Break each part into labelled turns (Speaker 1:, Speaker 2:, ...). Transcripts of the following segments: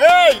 Speaker 1: Ei,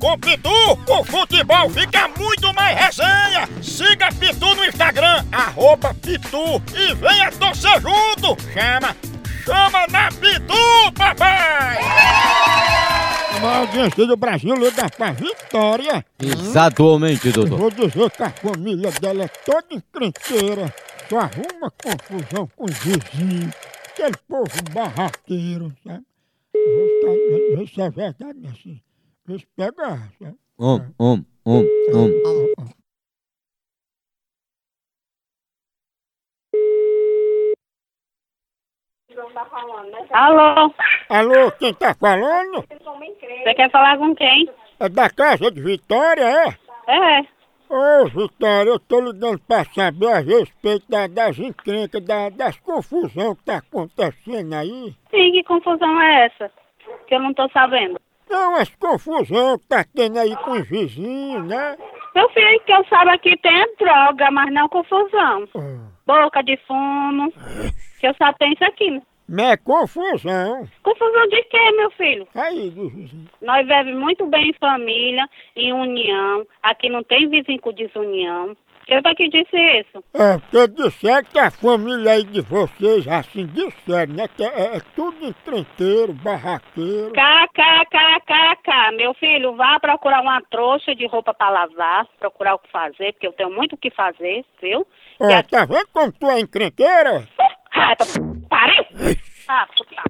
Speaker 1: Com Pitu, o futebol fica muito mais resenha! Siga Pitu no Instagram, arroba Pitu e venha torcer junto! Chama! Chama na Pitu, papai! Uma audiência um do Brasil liga pra Vitória.
Speaker 2: Exatamente, doutor.
Speaker 1: Vou dizer que a família dela é toda encrenqueira. Só arruma confusão com os vizinhos aquele povo barraqueiro, sabe? Isso, tá- isso é verdade, assim. Eles pegam, sabe?
Speaker 2: Um, um, um, um.
Speaker 3: Alô,
Speaker 1: Alô, quem tá falando?
Speaker 3: você quer falar com quem?
Speaker 1: É da casa de Vitória, é?
Speaker 3: É,
Speaker 1: Ô, Vitória, eu tô ligando pra saber a respeito da- das encrencas, da- das confusões que tá acontecendo aí.
Speaker 3: sim, que confusão é essa? Que eu não tô sabendo.
Speaker 1: Não, as confusões que tá tendo aí com os vizinhos, né?
Speaker 3: Meu filho, que eu saiba que tem droga, mas não confusão.
Speaker 1: Ah,
Speaker 3: Boca de fumo, que eu só tenho isso aqui. né?
Speaker 1: Mas é confusão.
Speaker 3: Confusão de quê, meu filho?
Speaker 1: Aí, dos vizinhos.
Speaker 3: Nós vivemos muito bem em família, em união. Aqui não tem vizinho com desunião. Eu tô que disse isso.
Speaker 1: É, porque disseram que a família aí de vocês, assim, disseram, né? Que é, é tudo encrenqueiro, barraqueiro.
Speaker 3: KKKKK, meu filho, vá procurar uma trouxa de roupa pra lavar, procurar o que fazer, porque eu tenho muito o que fazer, viu?
Speaker 1: Ó,
Speaker 3: E a-
Speaker 1: tá vendo como tu é encrenqueira?
Speaker 3: Ah, tá... Pariu! Ah, puta.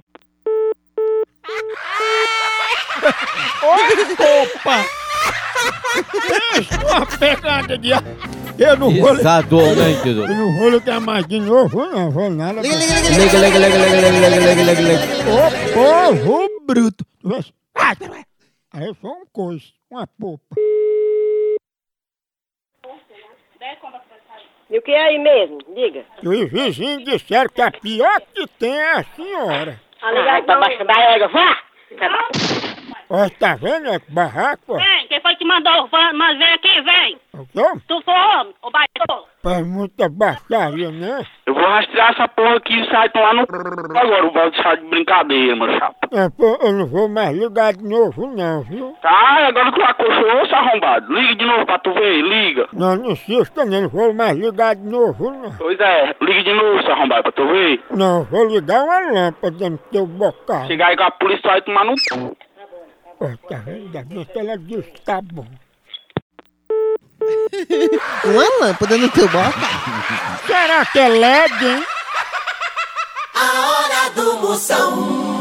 Speaker 1: Uma pegada de... Eu não vou... li-
Speaker 2: Exatamente,
Speaker 1: Eu
Speaker 2: doutor.
Speaker 1: não vou ligar mais de novo, não vou nada.
Speaker 4: Liga, liga, liga,
Speaker 2: Liga, liga, liga, liga, liga, liga, liga, liga, liga.
Speaker 1: Ô, povo bruto! Tu vê se- Ah, tá lá. Aí foi um coice, uma popa.
Speaker 5: E o que é aí mesmo? Diga.
Speaker 1: E os vizinhos disseram que a pior que tem é a senhora.
Speaker 5: A ligação...
Speaker 3: tá
Speaker 5: Abaixo da égua, vá!
Speaker 1: Ó, tá vendo esse barraco? ó?
Speaker 3: Vem, quem foi que mandou? Vã- Mas vem aqui, vem!
Speaker 1: O quê?
Speaker 3: Tu for homem, ô bairro!
Speaker 1: Faz muita baixaria, né?
Speaker 6: Eu vou rastrear essa porra aqui e sai pra lá no... Agora o Valdo sai de brincadeira, mano, chapa.
Speaker 1: É, pô, eu não vou mais ligar de novo, não, viu?
Speaker 6: Tá, agora tu acochou, seu arrombado. Liga de novo pra tu ver, liga.
Speaker 1: Não, não insista, não, não vou mais ligar de novo, não.
Speaker 6: Pois é, liga de novo, seu arrombado, pra tu ver.
Speaker 1: Não, vou ligar uma lâmpada no teu bocal.
Speaker 6: Chegar aí com a polícia vai tomar no... cu.
Speaker 1: Ó, tá vendo? Ainda bem que ela disse que tá bom.
Speaker 4: Uma lâmpada no teu boca.
Speaker 1: Será que é LED, hein?
Speaker 7: A hora do Moção.